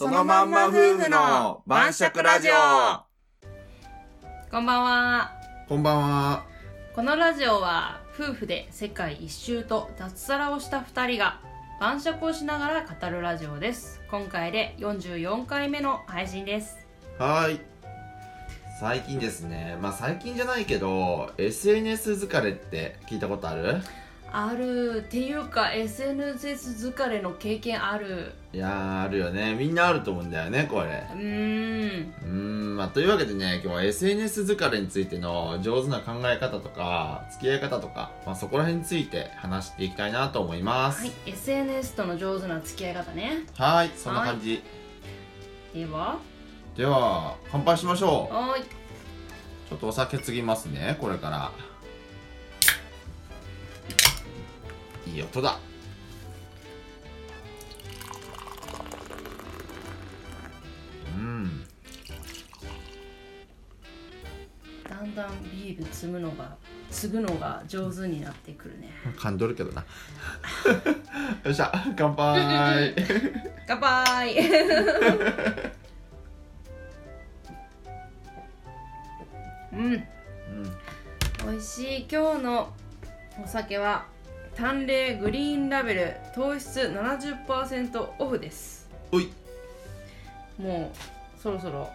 のまんま夫婦の晩酌ラジオこんばんはこんばんは。このラジオは夫婦で世界一周と脱サラをした2人が晩酌をしながら語るラジオです今回で44回目の配信ですはーい。最近ですね、まあ最近じゃないけど、SNS 疲れって聞いたことあるあるっていうか SNS 疲れの経験あるいやー、あるよね。みんなあると思うんだよね、これ。うーんうーん、まあというわけでね、今日は SNS 疲れについての上手な考え方とか、付き合い方とか、まあそこら辺について話していきたいなと思います。はい SNS との上手な付き合い方ねはーい、そんな感じ。ではでは、乾杯しましょう。おいちょっとお酒継ぎますねこれからいい音だうんだんだんビール積むのが継ぐのが上手になってくるね噛んどるけどな よっしゃ乾杯 乾杯 うん美味しい今日のお酒は淡麗グリーンラベル糖質70%オフですおいもうそろそろ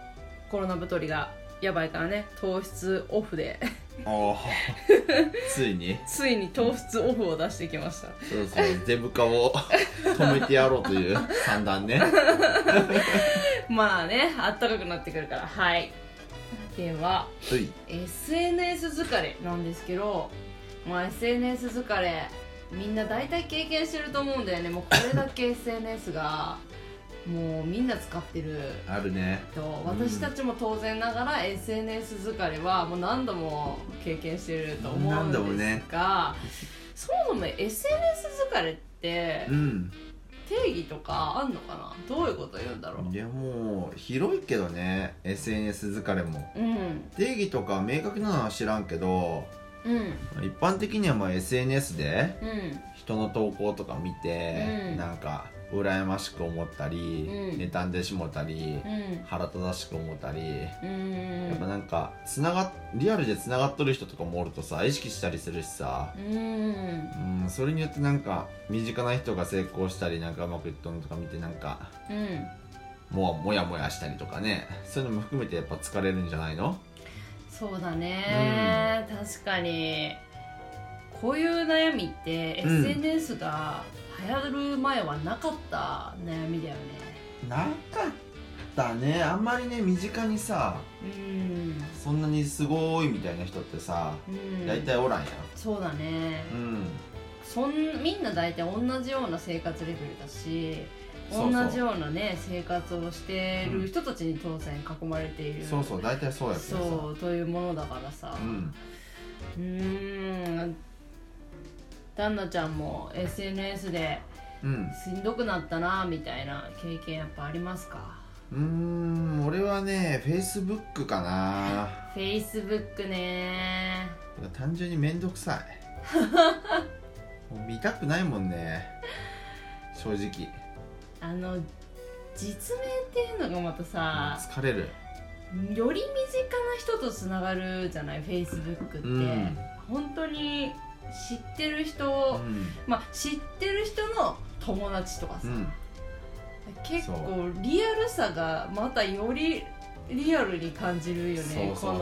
コロナ太りがやばいからね糖質オフで おーついについに糖質オフを出してきましたそうそうデブ化を 止めてやろうという算段ね まあねあったかくなってくるからはいではおい SNS 疲れなんですけど、まあ、SNS 疲れみんな大体経験してると思うんだよねもうこれだけ SNS がもうみんな使ってるあるねと私たちも当然ながら SNS 疲れはもう何度も経験してると思うん何度もでねすが、そもそも SNS 疲れってうん定義とかあんのかなどういうこと言うんだろいやもう広いけどね SNS 疲れもううん定義とか明確なのは知らんけどうん一般的にはまあ SNS でうん人の投稿とか見て、うんなんか羨ましく思ったり、うん妬んでしもたり、うん腹立たしく思ったり、うんやっぱなんかつながっリアルでつながっとる人とかもおるとさ意識したりするしさ、うんうん、それによってなんか身近な人が成功したりなんかうまくいっとるのとか見てなんかうんもうモヤモヤしたりとかねそういうのも含めてやっぱ疲れるんじゃないのそうだね、確かにこういう悩みって、うん SNS が流行る前はなかった悩みだよねなかったねあんまりね身近にさうんそんなにすごいみたいな人ってさうん大体おらんやそうだねんうんそんみんな大体同じような生活レベルだしそうそう同じようなね生活をしてる人たちに当然囲まれている、そうそう大体そうやけどさそうというものだからさ、んうーん旦那ちゃんも SNS でうんしんどくなったなみたいな経験やっぱありますかうーん俺はねフェイスブックかな Facebook ね単純にめんどくさ いもう見たくないもんね正直あの実名っていうのがまたさ疲れるより身近な人とつながるじゃない Facebook って、うん本当に知ってる人うを、んまあ知ってる人の友達とかうさ、ん結そ構リアルさがまたよりリアルに感じるよねそうそうそうこ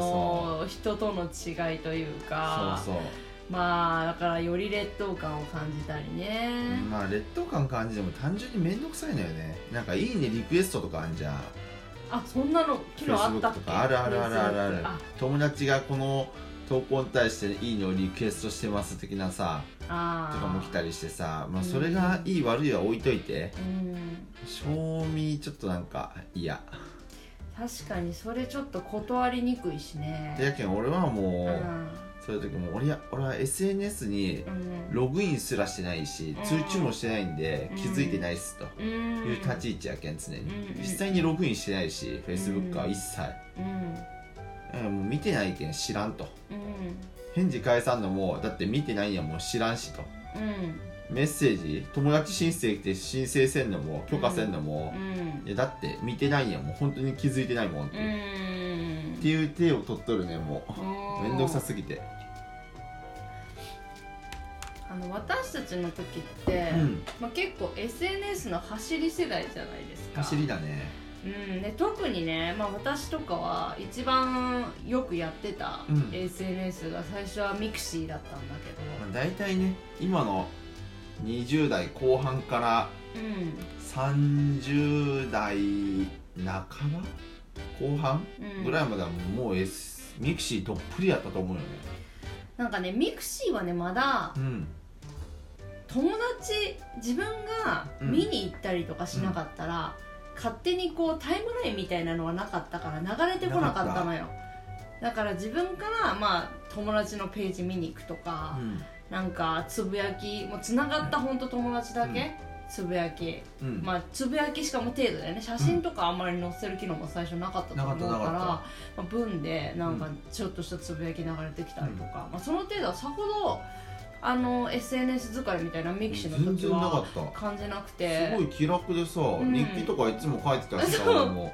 の人との違いというかそうそうまあだからより劣等感を感じたりね、まあ劣等感感じても単純にめんどくさいのよねなんか「いいね」リクエストとかあんじゃんあそんなの機能あった Facebook っとけかあるあるあるあるあ Facebook る友達がこの投稿に対して「いいね」をリクエストしてます的なさとあかも来たりりしてさまあうんそれがいい悪いは置いといてうん賞味ちょっとなんか嫌確かにそれちょっと断りにくいしねでやけん俺はもうんうそういう時も俺や俺は SNS にうんログインすらしてないしうん通知もしてないんで気づいてないっすとうんいう立ち位置やけん常にうん実際にログインしてないし Facebook は一切うんだからもう見てないけん知らんとうん返事返さんのもだって見てないんやもう知らんしとうんメッセージ友達申請来て申請せんのも許可せんのもう、んいやだって見てないんやもう本当に気づいてないもんって,、うっんていう手を取っとるねもうめんどくさすぎてあの私たちの時って、うんまあ、結構 SNS の走り世代じゃないですか走りだねうん、で特にね、まあ、私とかは一番よくやってたうん SNS が最初はミクシーだったんだまあ大体ね今の20代後半からけど、う30代半ば後半んうん、ぐらいまではもう、S ミクシーどっぷりやったと思うよねなんかねミクシーはねまだうん友達自分が見に行ったりとかしなかったら、勝手にこうタイムラインみたいなのはなかったから流れてこなかったのよだから自分からまあ友達のページ見に行くとか、なんかつぶやきもうつながった本当友達だけ、うんつぶやきうんうんまあ、つぶやきしかも程度だよね写真とかあんまり載せる機能も最初なかったと思うからなかったなかまあ、文でなんかうちょっとしたつぶやき流れてきたりとか、まあ、その程度はさほどあの SNS 疲れみたいなミキシーの全時然なかはった感じなくてすごい気楽でさ、ん日記とかいつも書いてたりしたそう俺も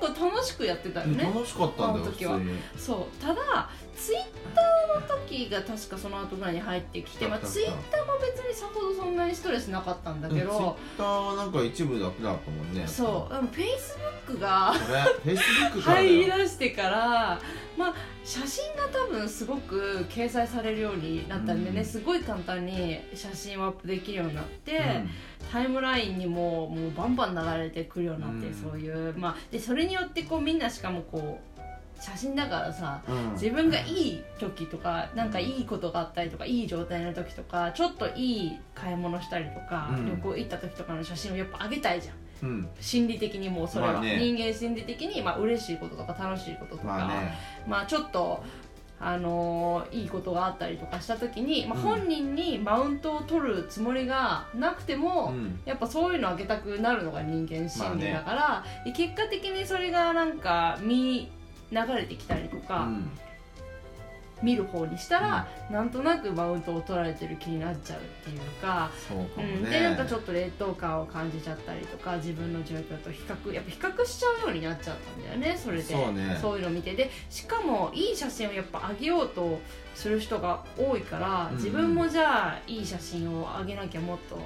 結構楽しくやってたよね、楽しかったんだあのよ普時通はにそうただツイッターの時が確かその後ぐらいに入ってきて、まあ、あったあったツイッターも別にさほどそんなにストレスなかったんだツイけッど、ターはなんか一部だけだったもんねそうでもフェイスブックがこれフェイスブックからだ入りよ出してから、まあ、写真が多分すごく掲載されるようになったんでね、うんすごい簡単に写真をアップできるようになって、うんタイムラインにももうバンバン流れてくるようになって、うんそういう、まあ、でそれによってこうみんなしかもこう写真だからさうん自分がいい時とかなんかいいことがあったりとかいい状態の時とかちょっといい買い物したりとか、うん旅行行った時とかの写真をやっぱ上げたいじゃん。うん心理的にもうそれは、まあね人間心理的にまあ嬉しいこととか楽しいこととか、まあねまあちょっと、あのーいいことがあったりとかした時に、まあ、うん本人にマウントを取るつもりがなくても、うんやっぱそういうのあげたくなるのが人間心理だから、で結果的にそれがなんか見流れてきたりとうか、ん見る方にしたら、なんとなくマウントを取られてる気になっちゃうっていうか、そうかうもねん、でなんかちょっと劣等感を感じちゃったりとか自分の状況と比較やっぱ比較しちゃうようになっちゃったんだよねそれでそうねそういうの見てでしかもいい写真をやっぱ上げようとする人が多いから、うん自分もじゃあいい写真を上げなきゃもっと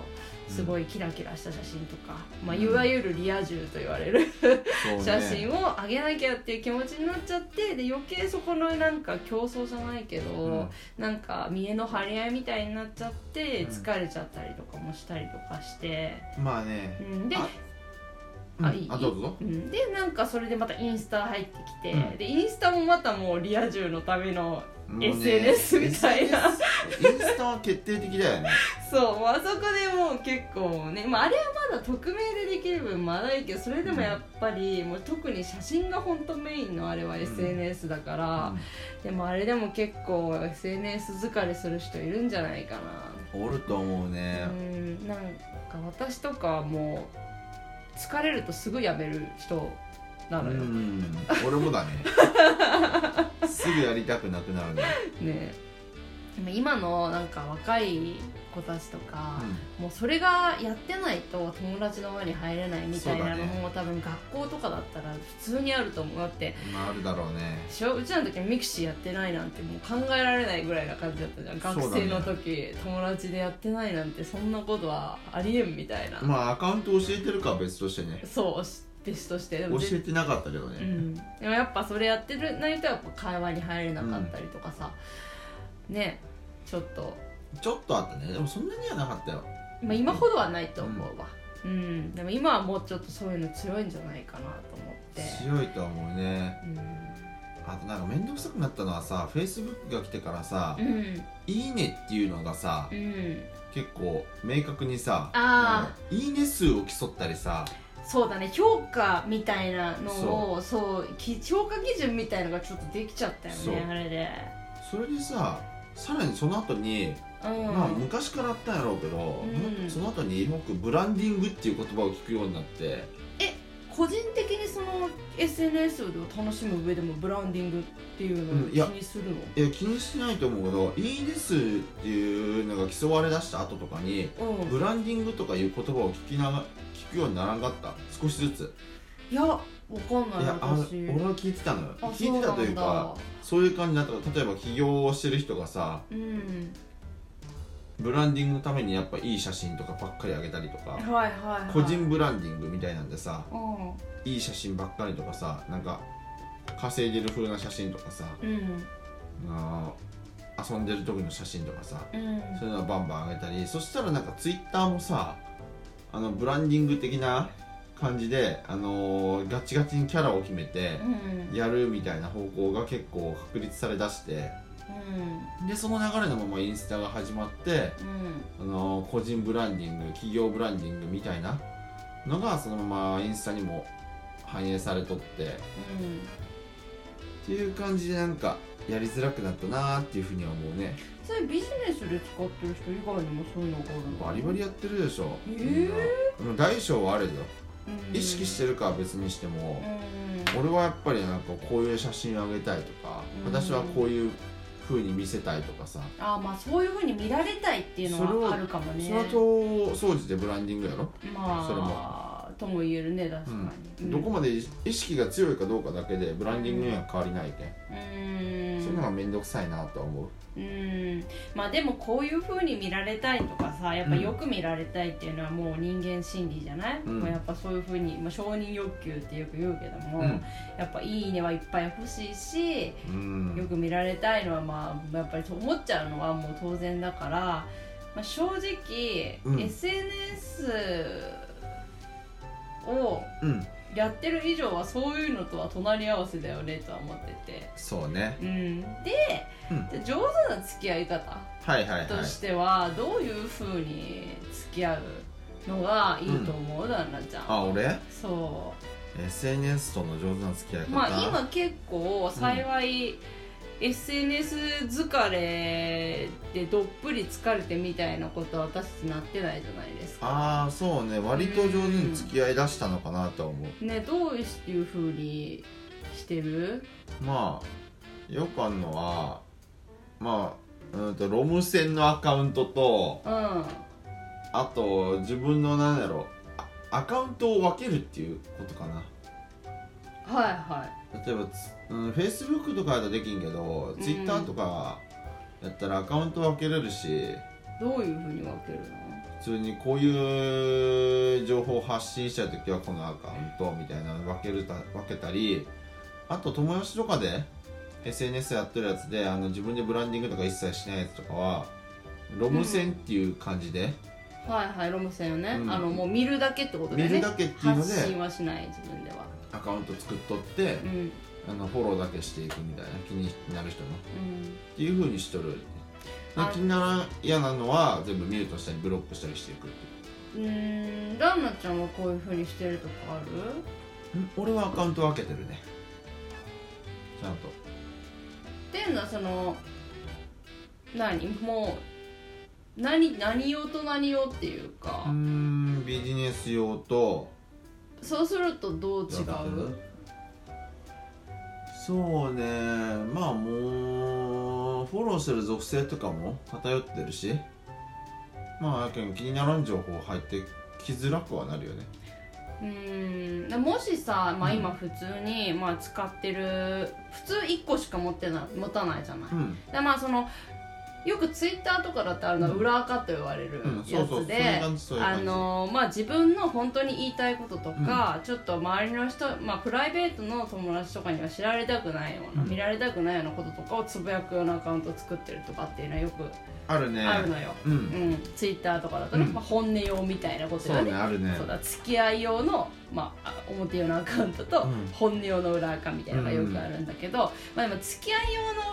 すごいキラキラした写真とか、まあ、うんいわゆるリア充と言われる、そうね写真を上げなきゃっていう気持ちになっちゃってで余計そこのなんか競争じゃないけど、うんなんか見栄の張り合いみたいになっちゃってうん疲れちゃったりとかもしたりとかして、まあねうん、でああうんいいあどうぞどうぞうん、でなんかそれでまたインスタ入ってきて、うんでインスタもまたもうリア充のためのもうね SNS みたいな SNS インスタは決定的だよねそうもうあそこでもう結構ね、まあ、あれはまだ匿名でできる分まだいいけどそれでもやっぱりもう特に写真が本当メインのあれは SNS だから、でもあれでも結構 SNS 疲れする人いるんじゃないかなうんおると思うねうんなんか私とかはもう疲れるとすぐやめる人なのよ、うん俺も だねすぐやりたくなくなるねねでも今のなんか若い子たちとか、うもうそれがやってないと友達の輪に入れないみたいそうなのだねも、多分学校とかだったら普通にあると思うだってんまああるだろうね小うちらの時ミクシーやってないなんてもう考えられないぐらいな感じだったじゃん学生のそう時、友達でやってないなんてそんなことはありえんみたいな、まあアカウント教えてるかは別としてねそうし別としてで教も絶えてなかったけどうねん、でもやっぱそれやってるないとやっぱ会話に入れなかったりとかさ、ねちょっと、ちょっとあったねでもそんなにはなかったよまあ、今ほどはないと思うわ、うんでも今はもうちょっとそういうの強いんじゃないかなと思って、強いとは思うねうんあとなんか面倒くさくなったのはさ Facebook が来てからさ「うんいいね」っていうのがさうん、結構明確にさあ「いいね」数を競ったりさそうだね評価みたいなのをそうき評価基準みたいのがちょっとできちゃったよそうねあれで、それでささらにその後にうんまあ昔からあったんやろうけど、うんその後によくブランディングっていう言葉を聞くようになって個人的にその SNS を楽しむ上でもブランディングっていううのをん気いやにするの、いや気にしてないと思うけどいいですっていうのが競われだした後とかにうんブランディングとかいう言葉を聞きなが聞くようにならんかった少しずついやわかんないいやあの私俺は聞いてたのよあ聞いてたというかそういう感じだった例えば起業をしてる人がさそうなんだうんブランディングのためにやっぱいい写真とかばっかりあげたりとかはいはい、はい、個人ブランディングみたいなんでさうんいい写真ばっかりとかさなんか稼いでる風な写真とかさうんあー遊んでる時の写真とかさうんそういうのをバンバン上げたりそしたらなんかツイッターもさあのブランディング的な感じで、あのーガチガチにキャラを決めてうんやるみたいな方向が結構確立されだしてでその流れのままインスタが始まって、うあんのー個人ブランディング企業ブランディングみたいなのがそのままインスタにも反映されとってうんっていう感じでなんかやりづらくなったなーっていうふうには思うねそれビジネスで使ってる人以外にもそういうのがあるのバリバリやってるでしょえーみんなうん大小はあるようん意識してるかは別にしてうもん、俺はやっぱりなんかこういう写真をあげたいとか、うん私はこういう風に見せたいとかさ、あーまあそういうふうに見られたいっていうのはあるかもねそれはと掃除でブランディングやろ、まあそれとも言えるね確かに、どこまで意識が強いかどうかだけでブランディングには変わりないけ、うそんういうのが面倒くさいなとは思う、うんまあでもこういうふうに見られたいとかさやっぱよく見られたいっていうのはもう人間心理じゃない、うんもうやっぱそういうふうに、まあ、承認欲求ってよく言うけども、うんやっぱ「いいね」はいっぱい欲しいしうんよく見られたいのはまあやっぱりそう思っちゃうのはもう当然だから、まあ、正直、うん SNS をうんやってる以上はそういうのとは隣り合わせだよねとは思ってて、そうねうん、で、うん上手な付き合い方はいはいはいとしてはどういうふうに付き合うのがいいと思う、旦那ちゃんあ俺そ SNS との上手な付き合いう方、まあ今結構幸い、SNS 疲れでどっぷり疲れてみたいなことは私たちなってないじゃないですかああそうね割と上手に付き合いだしたのかなとは思う、ねどういうふうにしてるまあよくあるのはまあうんとロム線のアカウントとうんああと自分の何やろあアカウントを分けるっていうことかなはいは例えばつ、うん、Facebook とかやったらできんけど、うん Twitter とかやったらアカウント分けれるしいどういうふうに分けるの普通にこういう情報を発信したい時はこのアカウントみたいなの分けるた分けたりあと友達とかで SNS やってるやつであの自分でブランディングとか一切しないやつとかはロム線っていう感じで、はいはいロム線よね、うんあのもう見るだけってことだ見よねるだけっていうの発信ではしない自分ではアカウント作っとってう、んあのフォローだけしていくみたいな気になる人のうんっていう風にしとるであ気になら嫌なのは全部ミュートしたりブロックしたりしていくっていううーんランナちゃんはこういうふうにしてるとかあるん俺はアカウント分けてるねちゃんとっていうのはその何もう何何用と何用っていうか、うーんビジネス用とそうするとどう違うそうねまあもうフォローしてる属性とかも偏ってるしまあやけん気にならん情報入ってきづらくはなるよねうーんもしさ、まあ、今普通に、まあ、使ってる普通1個しか持ってない持たないじゃない、うんでまあそのよくツイッターとかだってあるのは裏垢と言われるうんそやうそうそういうつで感じそういうあ感じのまあ自分の本当に言いたいこととか、ちょっと周りの人、まあ、プライベートの友達とかには知られたくないような、うん見られたくないようなこととかをつぶやくようなアカウントを作ってるとかっていうのはよくあるねあるのよ、ううんんツイッターとかだとね、うんまあ、本音用みたいなことそようねねあるねそうだ付き合い用の、まあ、あ表用のアカウントとうん本音用の裏アカみたいなのがよくあるんだけど、まあ、でも付き合い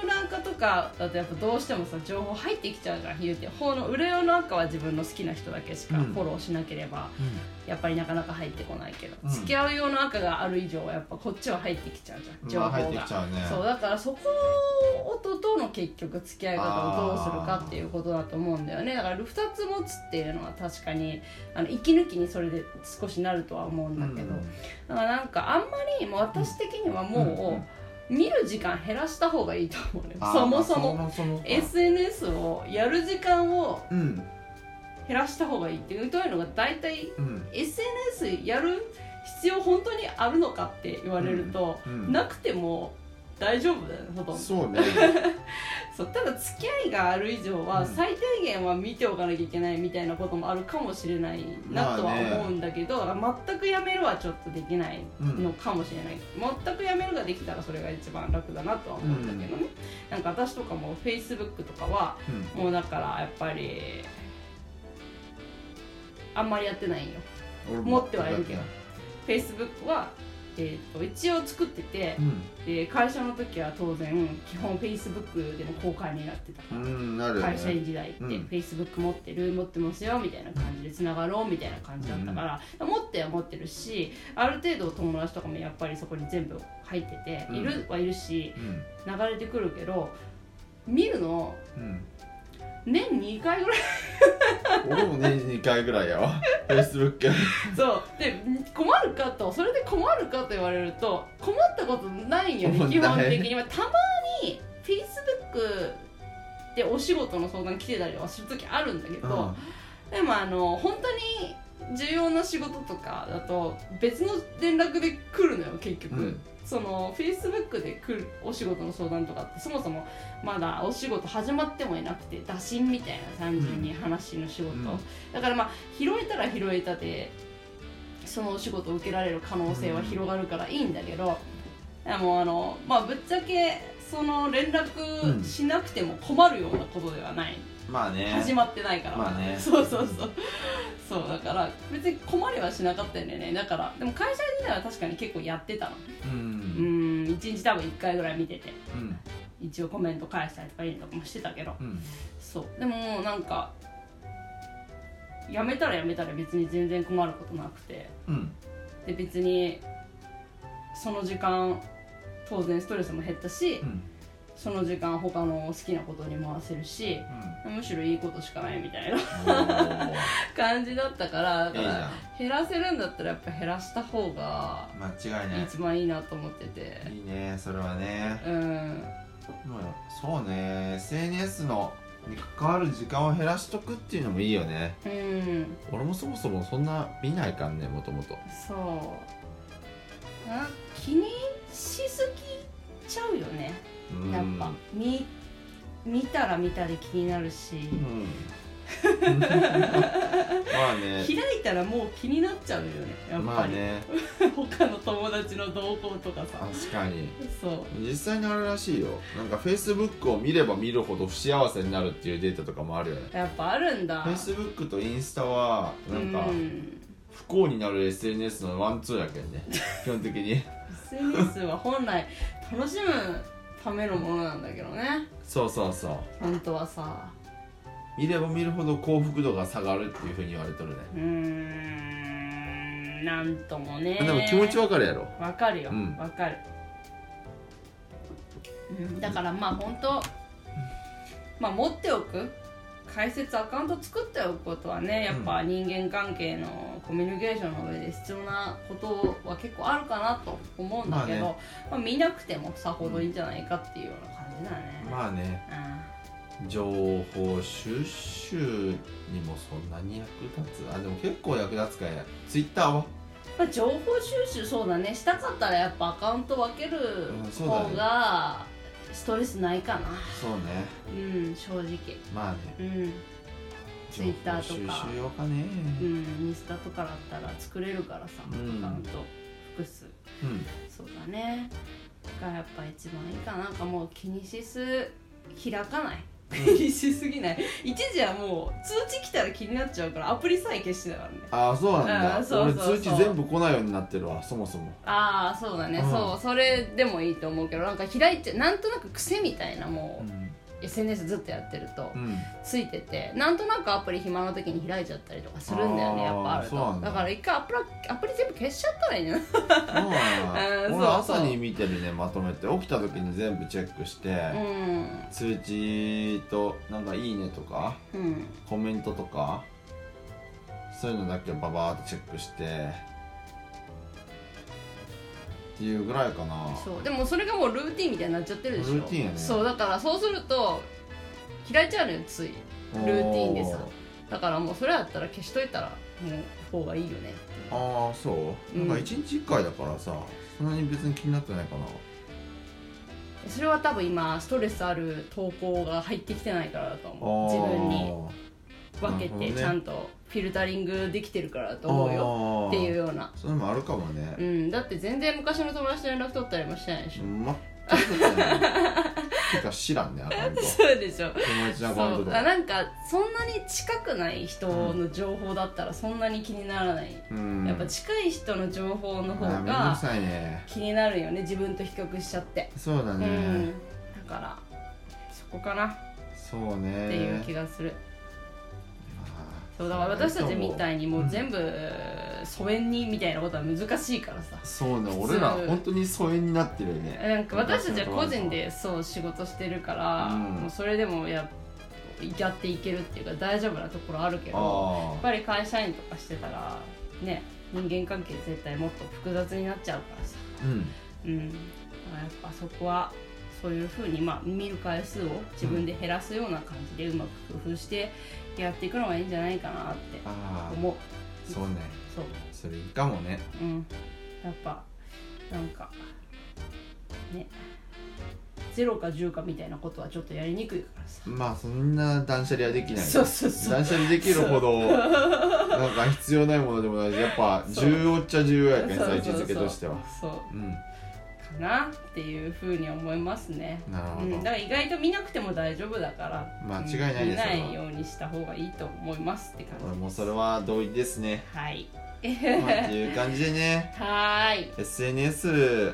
用の裏アカとかだとやっぱどうしてもさ情報入ってきちゃうじゃん言うてほの裏用の赤は自分の好きな人だけしかうんフォローしなければ、うんやっぱりなかなか入ってこないけど、うん付き合う用の赤がある以上はやっぱこっちは入ってきちゃうじゃん情まあ報が、入ってきちゃうねそうだからそことどの結局付き合い方をどうするかっていうことだと思うんだよねだから2つ持つっていうのは確かにあの息抜きにそれで少しなるとは思うんだけど、だからなんかあんまりもう私的にはもう見る時間減らした方がいいと思うねあーそもそもまあそもそもか SNS をやる時間をうん減らした方がいいっていうというのが大体うん SNS やる必要本当にあるのかって言われると、うんなくても大丈夫だよねほとんどそう ねそうただ付き合いがある以上はうん最低限は見ておかなきゃいけないみたいなこともあるかもしれないなとはまあね思うんだけど、だから全くやめるはちょっとできないうんのかもしれない、全くやめるができたらそれが一番楽だなとは思うんだけどね、なんか私とかも Facebook とかはうんもうだからやっぱりあんまりやってないよ俺持ってはいるけど Facebook は、えー、と一応作っててうんで会社の時は当然基本 Facebook でも公開になってたうから、んなるよ会社ね員時代ってうん Facebook 持ってる持ってますよみたいな感じでつながろうみたいな感じだったから、持っては持ってるしある程度友達とかもやっぱりそこに全部入ってて、うんいるはいるしうん流れてくるけど見るのうん年2回ぐらい俺も年に2回ぐらいやわ Facebook そうで困るかとそれで困るかと言われると困ったことないんよ困ねんない基本的にはたまに Facebook でお仕事の相談来てたりはする時あるんだけど、うんでもあの本当に重要な仕事とかだと別の連絡で来るのよ結局、うんそのフェイスブックで来るお仕事の相談とかってそもそもまだお仕事始まってもいなくて打診みたいな感じに話の仕事、うんだからまあ拾えたら拾えたでそのお仕事を受けられる可能性は広がるからいいんだけど、でもうあのまあぶっちゃけその連絡しなくても困るようなことではない、まあね始まってないから、まあねそうそうそうそうだから別に困りはしなかったんだよねだからでも会社時代は確かに結構やってたのうんうーん1日多分1回ぐらい見ててうん一応コメント返したりとかいいとかもしてたけどうんそうでももうなんかやめたらやめたら別に全然困ることなくてうんで別にその時間当然ストレスも減ったし、うんその時間他の好きなことに回せるしむしろいいことしかないみたいなおー感じだったからだいいかじらゃ減らせるんだったらやっぱ減らした方がん間違いない一番いいなと思ってていいねそれはねうんもうそうね SNS のに関わる時間を減らしとくっていうのもいいよねうん俺もそもそもそんな見ないかんねもともとそうあ気にしすぎちゃうよねうんやっぱ見見たら見たで気になるしうんまあね開いたらもう気になっちゃうよねやっぱり、まあね 他の友達の動向とかさ確かにそう実際にあるらしいよなんか Facebook を見れば見るほど不幸せになるっていうデータとかもあるよねやっぱあるんだ Facebook とインスタはなんかうん不幸になる SNS のワンツーやけんね 基本的に SNS は本来楽しむためのものなんだけどねそうそうそう本当はさ見れば見るほど幸福度が下がるっていうふうに言われとるね、うーんなんともねでも気持ちわかるやろわかるよわ、うんかる、うん、だからまあ本当まあ持っておく解説アカウント作っておくことはねやっぱ人間関係のコミュニケーションの上で必要なことは結構あるかなと思うんだけど、ままああ見なくてもさほどいいんじゃないかっていうような感じだね、まあねうん情報収集にもそんなに役立つあでも結構役立つかや Twitter はまあ、情報収集そうだねしたかったらやっぱアカウント分けるうんそうだね方がストレスないかなそうねうん正直まあねうん情 Twitter 報とか収集用かねうんインスタとかだったら作れるからさ、うんアカウント複数うんそうだねがやっぱ一番いいかななんかもう気にしす開かない気にしすぎない一時はもう通知来たら気になっちゃうからアプリさえ消してたからねああそうなんだあーそうそうそう俺通知全部来ないようになってるわそもそもああそうだね、うんそうそれでもいいと思うけどなんか開いてなんとなく癖みたいなもう、ん SNS ずっとやってると うんついててなんとなくアプリ暇な時に開いちゃったりとかするんだよねあーやっぱあるとそうなんだだから一回アプリアプリ全部消しちゃったらいいんじゃないそうなんやう俺んそうそう朝に見てるねまとめて起きた時に全部チェックして、うん通知となんか「いいね」とかうんコメントとかそういうのだけババーっとチェックしてっていうぐらいかなそうでもそれがもうルーティンみたいになっちゃってるでしょルーティンやねそうだからそうすると開いちゃうのよついルルーティンでさだからもうそれやったら消しといたらもう方がいいよねああそう、うんなんか一日一回だからさそんなに別に気になってないかなそれは多分今ストレスある投稿が入ってきてないからだと思う自分に分けなるほどてねちゃんとフィルタリングできてるからだと思うよっていううようなそれもあるかもねう、んだって全然昔の友達と連絡取ったりもしてないでしょ、全くじゃない てか知らんねアカウントそうでしょ友達そのアうカウントとあかなんかそんなに近くない人の情報だったらそんなに気にならない、うんやっぱ近い人の情報の方あーめんどくがさいね気になるよね自分と比較しちゃって、そうだうねん、だからそこかなっそうてねいう気がする、あーそうだから私たちみたいにもんう全部疎遠にみたいなことは難しいからさそうね普通俺ら本当に疎遠になってるよねなんか私たちは個人でそう仕事してるから、うんもうそれでもややっていけるっていうか大丈夫なところあるけどやあっあぱり会社員とかしてたらね人間関係絶対もっと複雑になっちゃうからさうんうんだからやっぱそこはそういうふうに、まあ、見る回数を自分で減らすような感じでうまく工夫してやっていくのがいいんじゃないかなってあ思うあそうねそうそれいいかもねうんやっぱなんかね0か10かみたいなことはちょっとやりにくいからさまあそんな断捨離はできないそうそうそう断捨離できるほどなんか必要ないものでもないしやっぱそう重要っちゃ重要やけんさそうそう位置づけとしてはそううんかなっていうふうに思いますねなるほうん、どだから意外と見なくても大丈夫だから間違いないですようん見ないようにした方がいいと思いますって感じ俺もそれは同意ですねはいまあっていう感じでねはーい SNS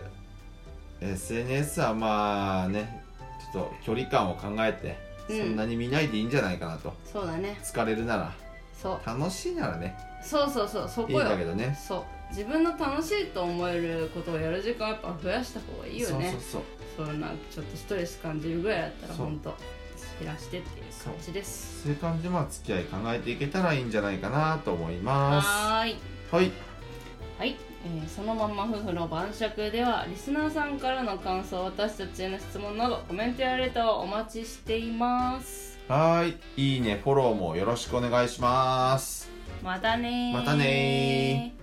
SNS はまあねちょっと距離感を考えてうそんんなに見ないでいいんじゃないかなと、そうだね疲れるならそう楽しいならねそうそうそうそこいいんよだけどねそう自分の楽しいと思えることをやる時間はやっぱ増やした方がいいよねそうそうそんなちょっとストレス感じるぐらいだったらそう本当減らしてっていう感じですそうそういう感じでまあ付き合い考えていけたらいいんじゃないかなと思いますはーいはいはい、えーそのまんま夫婦の晩酌ではリスナーさんからの感想私たちへの質問などコメントやレターをお待ちしていますはーいいいねフォローもよろしくお願いしますまたねーまたねー